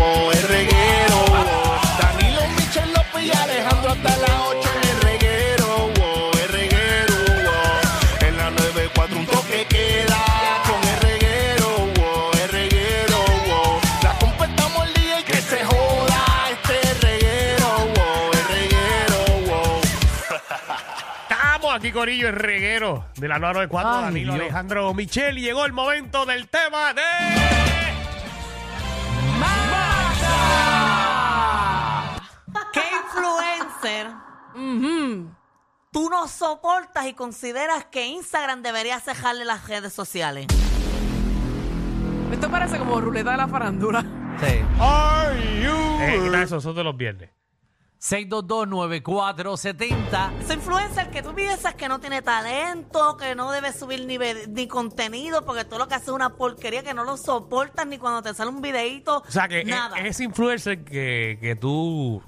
oh, el reguero. oh. Danilo Michel López y Alejandro hasta las 8 el reguero, oh, el reguero. oh. En la 94 un toque queda con el reguero, oh, el reguero. oh. La completamos el día y que se joda este reguero, oh, el reguero. oh. Estamos aquí, Corillo, el reguero de la 994, Danilo Alejandro Michel. Y llegó el momento del tema de. ¿Qué influencer ujú, tú no soportas y consideras que Instagram debería cejarle las redes sociales? Esto parece como ruleta de la farándula. oh. Eh, quita eso, son de los viernes. 6229470. Ese influencer que tú piensas que no tiene talento, que no debe subir ni, ve- ni contenido, porque todo lo que hace es una porquería que no lo soportas ni cuando te sale un videíto. O eh, sea, que es, nada. es influencer que, que tú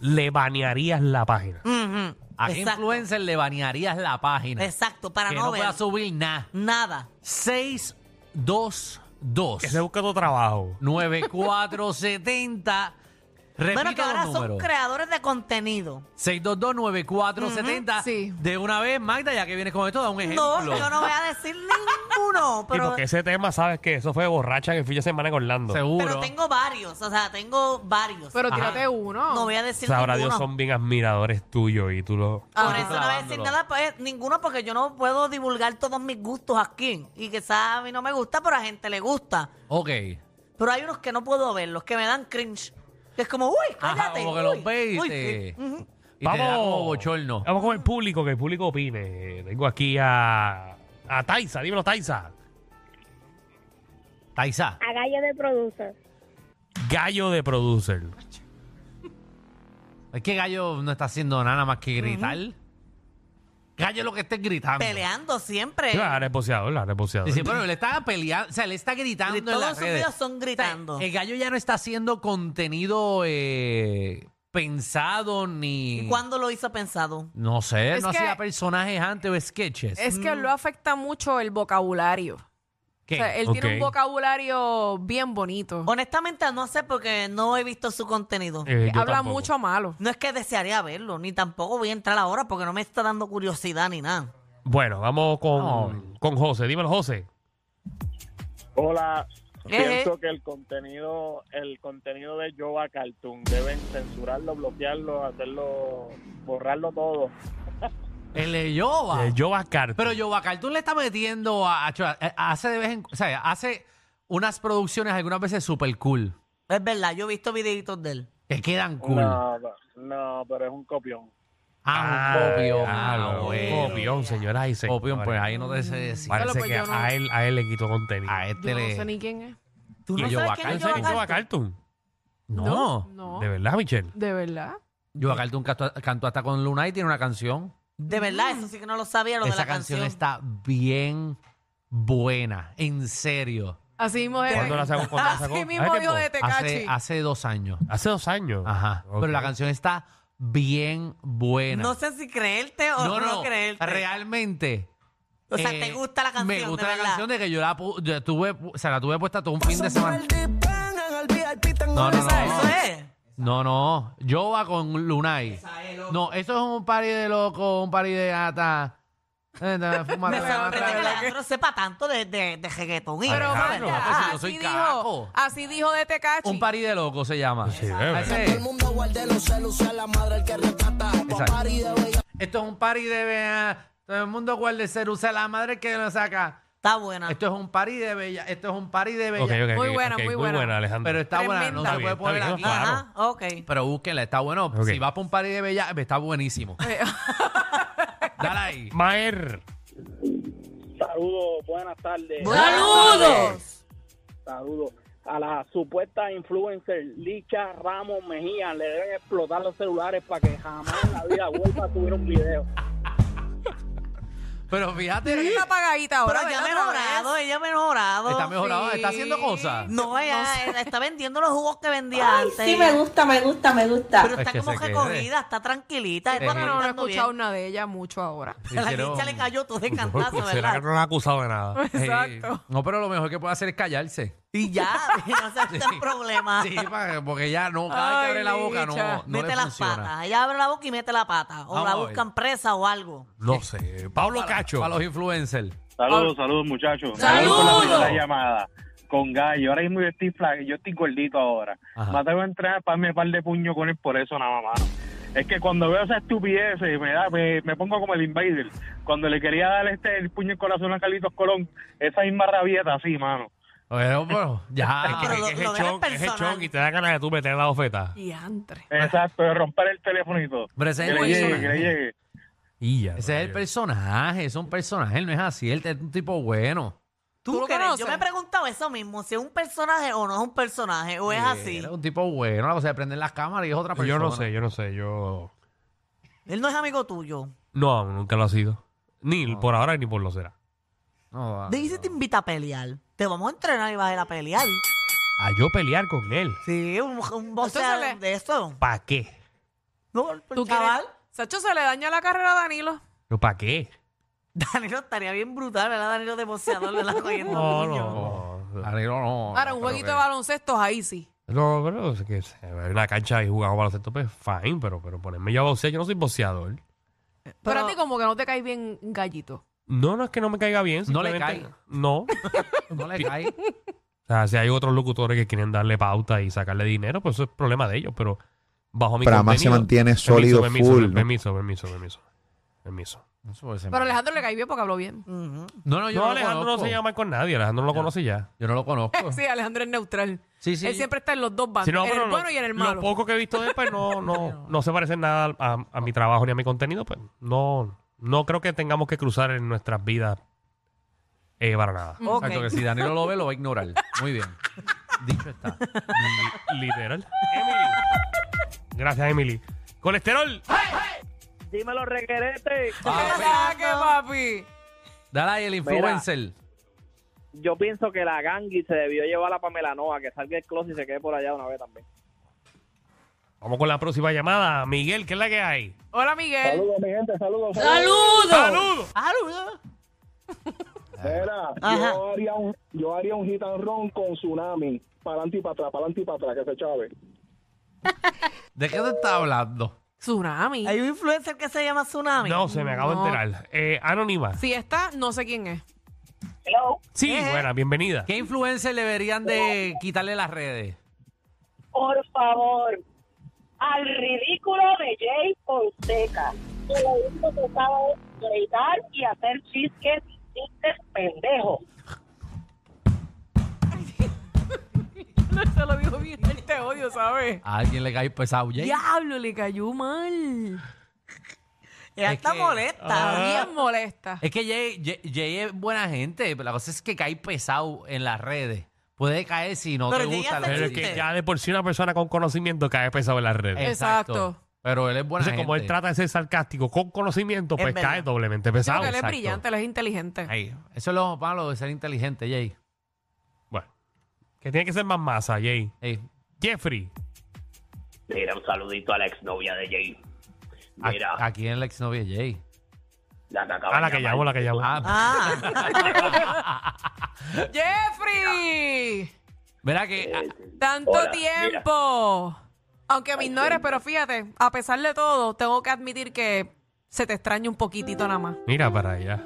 le banearías la página. Ujú, ¿A qué Exacto. influencer le banearías la página? Exacto, para que no, no ver pueda subir nada. nada. 622 Que se busca tu trabajo. 9470. Repita Bueno, que ahora los son números. creadores de contenido. 6229470. sí. De una vez, Magda, ya que vienes con esto, da un ejemplo. No, yo no voy a decir ninguno, y pero, porque ese tema, ¿sabes que Eso fue borracha que el fin de semana en Orlando. Seguro. pero tengo varios, o sea, tengo varios. Pero Ajá. tírate uno. no voy a O decir sea, ahora Dios ninguno. son bien admiradores tuyos y tú lo. Por Ah. eso no voy a decir Lavándolo. nada, pues, ninguno, porque yo no puedo divulgar todos mis gustos aquí. Y quizás a mí no me gusta, pero a gente le gusta. Ok. Pero hay unos que no puedo ver, los que me dan cringe. Que es como, uy, cállate. Ajá, como que los uy, veis. eh, uy, te- uy, ujú. y te da como bochorno. Vamos con el público, que el público opine. Tengo aquí a. A Taisa, dímelo, Taisa. Taisa. a gallo de producer. Gallo de producer. Es que Gallo no está haciendo nada más que gritar. Gallo lo que está es gritando. Peleando siempre. Sí, ahora es boxeador, ahora es boxeador. Dice, pero le está peleando, o sea, le está gritando. Y en todos las sus redes. videos son gritando. O sea, el gallo ya no está haciendo contenido eh, pensado ni. ¿Y cuándo lo hizo pensado? No sé, Es no que- hacía personajes antes o sketches. Es Mm. que lo afecta mucho el vocabulario. ¿Qué? O sea, él Ok. tiene un vocabulario bien bonito. Honestamente, no sé porque no he visto su contenido. Eh, yo Habla tampoco. mucho malo. No es que desearía verlo, ni tampoco voy a entrar ahora porque no me está dando curiosidad ni nada. Bueno, vamos con, con José. Dímelo, José. Hola, Ejé. pienso que el contenido, el contenido de Jova Cartoon deben censurarlo, bloquearlo, hacerlo, borrarlo todo. El de Yoba. Eh, Jova Carter. Ah. Pero Yoba Cartoon le está metiendo a, a- a- Hace de vez en. O sea, hace unas producciones algunas veces super cool. Es verdad, yo he visto videitos de él. Que quedan cool. No, no, pero es un copión. Ah, un copión. ah, Ah, no, bueno. copión, señoras y señores. Copión, pues ahí no te Mm. sé decir. Parece Pues que yo no- a, él, a él le quitó contenido. A este Yo no le. sé ni quién es. ¿Tú Y no yo sabes bacán, quién es ¿En serio, Yoba Jova Carter? Cartoon? No. No. De verdad, Michelle. De verdad. Yo acá un canto, cantó hasta con Luna y tiene una canción. De verdad, eso sí que no lo sabía, lo de Esa la canción, canción. está bien buena, en serio. Así mismo es. ¿Cuándo la sacó? ¿Cuándo la sacó? Así mismo ¿Hace dijo tiempo? de Tecachi. Hace, hace dos años. Hace dos años. Ajá. Ok. Pero la canción está bien buena. No sé si creerte o no, creerte. realmente. eh, O sea, ¿te gusta la canción, Me gusta de la verdad? canción de que yo la, pu- yo tuve, pu- o sea, la tuve puesta todo un fin de semana. No, no, O sea, no. eso es. No, no. Yo va con Lunay. no, eso es un party de loco, un party de gata. Eh, te- Me sorprende fúmate, que fúmate. Alejandro sepa tanto de, de, de reggaetón. Y- Pero Alejandro, Magda, pues, si yo soy así, caco. dijo, así dijo de Tecachi. Un party de loco se llama. Sí, bebé. Ese es. Exacto. Esto es un party de vea. Todo el mundo guarde ser usa la madre que lo saca. Está buena. Esto es un party de bella. Esto es un party de bella. Ok, ok, Muy ok, buena, ok, muy buena. Alejandro. Pero está buena, no Tremenda. se puede Está bien, poner está aquí. bien, claro. Ajá, ok. Pero búsquenla, está bueno. Ok. Si vas para un party de bella, está buenísimo. Dale ahí. Maer. Saludos, buenas tardes. ¡Saludos! Saludos. A la supuesta influencer Licha Ramos Mejía le deben explotar los celulares para que jamás en la vida vuelva a subir un video. Pero fíjate, Pero está apagadita ahora. Pero ella ha ¿verdad? Otra vez. mejorado, ella ha mejorado. está mejorado, sí. está haciendo cosas. No, ella ella está vendiendo los jugos que vendía Ay, antes. sí, me gusta, me gusta, me gusta. Pero está Es que como se recogida, está tranquilita. Sí, está bueno, Bueno, no he cantando escuchado bien. nada de ella mucho ahora. La licha le cayó todo de pues, cantazo, Será que ¿verdad? no la ha acusado de nada. Exacto. Eh, No, pero lo mejor que puede hacer es callarse. Y ya, no se hace Sí. problema. Sí, para- porque ya no, cada vez que Ay, abre la boca Licha. no, no mete le las funciona. patas. Ella abre la boca y mete la pata. O Vamos a la ver. buscan presa o algo. No sé. Pablo Cacho. Para los influencers. Saludos, saludos muchachos. ¡Saludos! Gracias por la primera llamada. Con gallo. Ahora mismo yo estoy flag, yo estoy gordito ahora. Ajá. Me atrevo a entrar para un par de puño con él por eso nada más. Es que cuando veo esa estupidez eh, me, da, me, me pongo como el invader. Cuando le quería dar este el puño en corazón a Carlitos Colón, esa misma rabieta así, mano. Bueno, pero Ah, ya. Pero lo- es lo dejan hechón, es personal. hechón y te da ganas de tú meter la bofeta. Y antre. Exacto, de romper el teléfono y todo. Pero ese Que es el le llegue, que le personaje. llegue. Y ya. Ese es el personaje, es un personaje, él no es así, él es un tipo bueno. ¿Tú, ¿Tú lo crees? conoces? Yo me he preguntado eso mismo, si es un personaje o no es un personaje, o es así. Él es un tipo bueno, la cosa de prender las cámaras y es otra persona. Yo no sé, yo no sé, yo... Él no es amigo tuyo. No, nunca lo ha sido. Ni por ahora ni por lo será. Ah, No, va. Dice te invita a pelear. Te vamos a entrenar y vas a ir a pelear. A yo pelear con él. Sí, un, un boxeo Entonces, le- de eso. ¿Para qué? No, ¿Tú chaval. quieres? Sacho, se le daña la carrera a Danilo. ¿Yo para qué? Danilo estaría bien brutal, ¿verdad? Danilo de boxeador, ¿verdad? Cogiendo puño. No, Danilo no. Ahora, un no creo jueguito que- de baloncesto, ahí sí. No, pero es que se- en una cancha y jugamos baloncesto, pues fine, pero, pero ponerme yo a boxear, yo no soy boxeador. Pero, a ti como que no te caes bien gallito. No, no es que no me caiga bien. No le simplemente- cae. No. No le cae. O sea, si hay otros locutores que quieren darle pauta y sacarle dinero, pues eso es problema de ellos, pero bajo mi Pero además contenido- se mantiene Permiso, sólido, permiso, full, per- ¿no? Permiso, permiso, permiso. Permiso. Eso puede ser Pero mal. Alejandro le cae bien porque habló bien. Ujú. No, no, yo No, no, lo Alejandro no conozco. se llama con nadie, Alejandro no lo conoce ya. Yo no lo conozco. Sí, Alejandro es neutral. Sí, sí. Él siempre está en los dos bandos, Si no, en pero el lo- bueno y en el Lo malo. poco que he visto de él, pues no, no, no se parece en nada a, a mi trabajo ni a mi contenido, pues no, no creo que tengamos que cruzar en nuestras vidas eh, para nada. Ok. Exacto, que si Danilo lo ve, lo va a ignorar. Muy bien. Dicho está. Li- Literal. Emily. Gracias, Emily. Colesterol. Dímelo, requerete. Ah, ¿Qué pasa, qué, papi? Dale ahí el influencer. Yo pienso que la gangui se debió llevar a Pamela Noa, que salga el closet y se quede por allá una vez también. Vamos con la próxima llamada. Miguel, ¿qué es la que hay? Hola, Miguel. mi gente, saludos. ¡Saludos! Saludos. Mira, Ajá. yo haría, un, yo haría un hit and run con tsunami. Para adelante y para atrás, para adelante y para atrás, que se chave. ¿De qué te está hablando? Tsunami. Hay un influencer que se llama Tsunami. No, se me acabo No. de enterar. Eh, anónima. Si está, no sé quién es. Sí, buena, bienvenida. ¿Qué influencer le deberían de quitarle las redes? por favor, al ridículo de Jay Fonseca, que lo único que sabe es gritar y hacer chistes, chistes pendejos. Se lo dijo bien. Él te odio, ¿sabes? A alguien le cae pesado, Jay. Diablo, le cayó mal. Ella Es está que- molesta. Bien molesta. Ah. Es que Jay, Jay- Jay es buena gente, pero la cosa es que cae pesado en las redes. Puede caer si no Pero te Jay gusta hace la Pero es chiste. que ya de por sí una persona con conocimiento cae pesado en las Eh, redes. Exacto. Exacto. Pero él es buena Entonces, como él gente. trata de ser sarcástico con conocimiento, Es pues verdad. cae doblemente Sí, pesado. porque él es exacto. brillante, él es inteligente. Ahí. Eso es lo malo de ser inteligente, Jay. Bueno, que tiene que ser más masa, Jay. Ey, Jeffrey. Mira, un saludito a la exnovia de Jay. ¿a- Mira, ¿A, quién es la exnovia de Jay? la que acaba Ah, la de que llamar. llamó, la que llamó. Ah, Ah, ¡Jeffrey! verá que ah, Tanto Hola, tiempo. Aunque me ignores, pero fíjate, a pesar de todo, tengo que admitir que se te extraña un poquitito nada más. Mira para allá.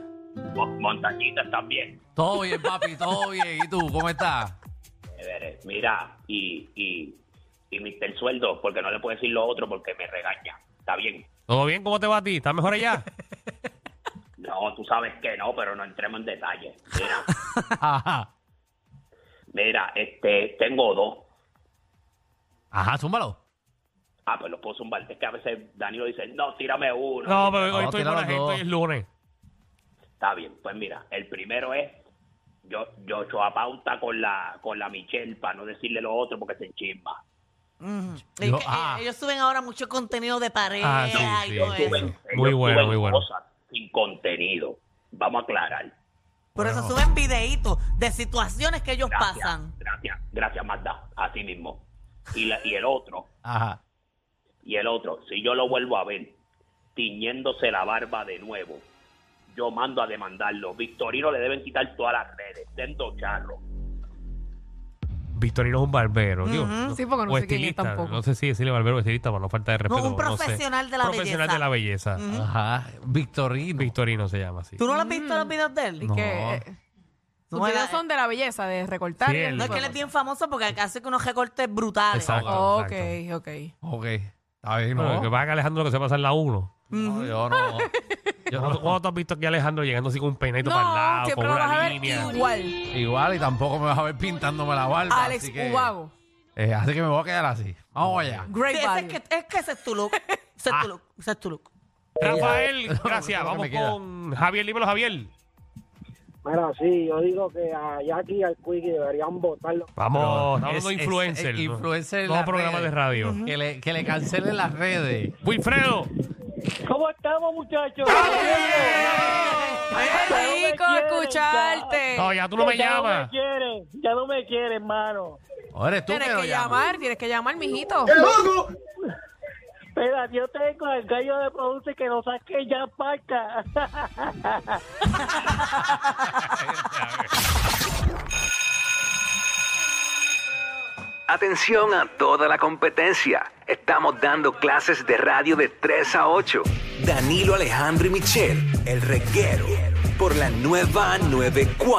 Mo- Montañita también. todo bien, papi, todo bien. ¿Y tú, cómo estás? Chévere. Mira, y, y, y Mr. Sueldo, porque no le puedo decir lo otro porque me regaña. Está bien. ¿Todo bien? ¿Cómo te va a ti? ¿Estás mejor allá? No, tú sabes que no, pero no entremos en detalle. Mira, Ajá. este, mira, este, tengo dos. Ajá, zúmbalo. Ah, pues los puedo zumbar. Es que a veces Danilo dice, no, tírame uno. No, pero hoy No, estoy tira con la los gente dos. hoy es lunes. Está bien, pues mira, el primero es yo yo a pauta con la con la Michelle para no decirle lo otro porque se enchisma. Es Yo- que, eh, ah. ellos suben ahora mucho contenido de pareja Ah, sí, y sí, todo sí. eso. Suben- Muy ellos bueno, suben muy bueno. cosas sin contenido. Vamos a aclarar. Por eso suben videitos de situaciones que ellos Gracias, pasan. gracias, gracias Magda, a ti mismo. Y, la- y el otro, Ajá. y el otro, si yo lo vuelvo a ver tiñéndose la barba de nuevo, yo mando a demandarlo. Victorino le deben quitar todas las redes, dentro charro. Victorino es un barbero, digo. Sí, porque no o sé quién es estilista. tampoco. No sé si decirle barbero o estilista para no falta de respeto. No, un sé. profesional de la Profesional belleza. de la belleza. Ajá. Victorino. Victorino se llama así. ¿Tú no lo has visto los videos de él? No. Que, eh, sus No, videos la- son de la belleza, de recortar. Sí, y el- el No es que él es bien famoso porque hace que unos recortes brutales. Exacto. Ok, exacto. ok. Ok. Está bien, No, ¿no? lo que pasa es que Alejandro lo que se pasa en la 1. No, yo no. Yo ¿Cuándo, no. cuándo tú has visto aquí a Alejandro llegando así con un peinadito para el No, lado, con siempre lo vas a una ver línea? igual. Igual y tampoco me vas a ver pintándome la barba. Alex así que, Ubago. eh, así que me voy a quedar así. Vamos allá. Sí, Great ese es, value. que, es que ese es tu look. Ese Ah. es tu look. Ese es tu look. Rafael, Creo gracias. que Vamos me queda. con Javier. Dímelo, Javier. Mira, sí, yo digo que a Jackie y al Quickie deberían votarlo. Vamos, Oh, estamos Es- hablando de es- influencer. es ¿no? influencer en No, las programa redes. de radio. Que le, que le cancelen las redes. Wilfredo. ¿Cómo estamos, muchachos? ¡Qué rico escucharte! No, Pues ya tú no me ya no llamas. me quieren, ya no me quieren, hermano. Ahora eres tú Tienes que lo que llamas. llamar, tienes que llamar, mijito. Espera, yo tengo al gallo de produce que lo saque ya paca. Atención a toda la competencia. Estamos dando clases de radio de 3 a 8. Danilo Alejandro y Michel, el reguero, por la nueva 94.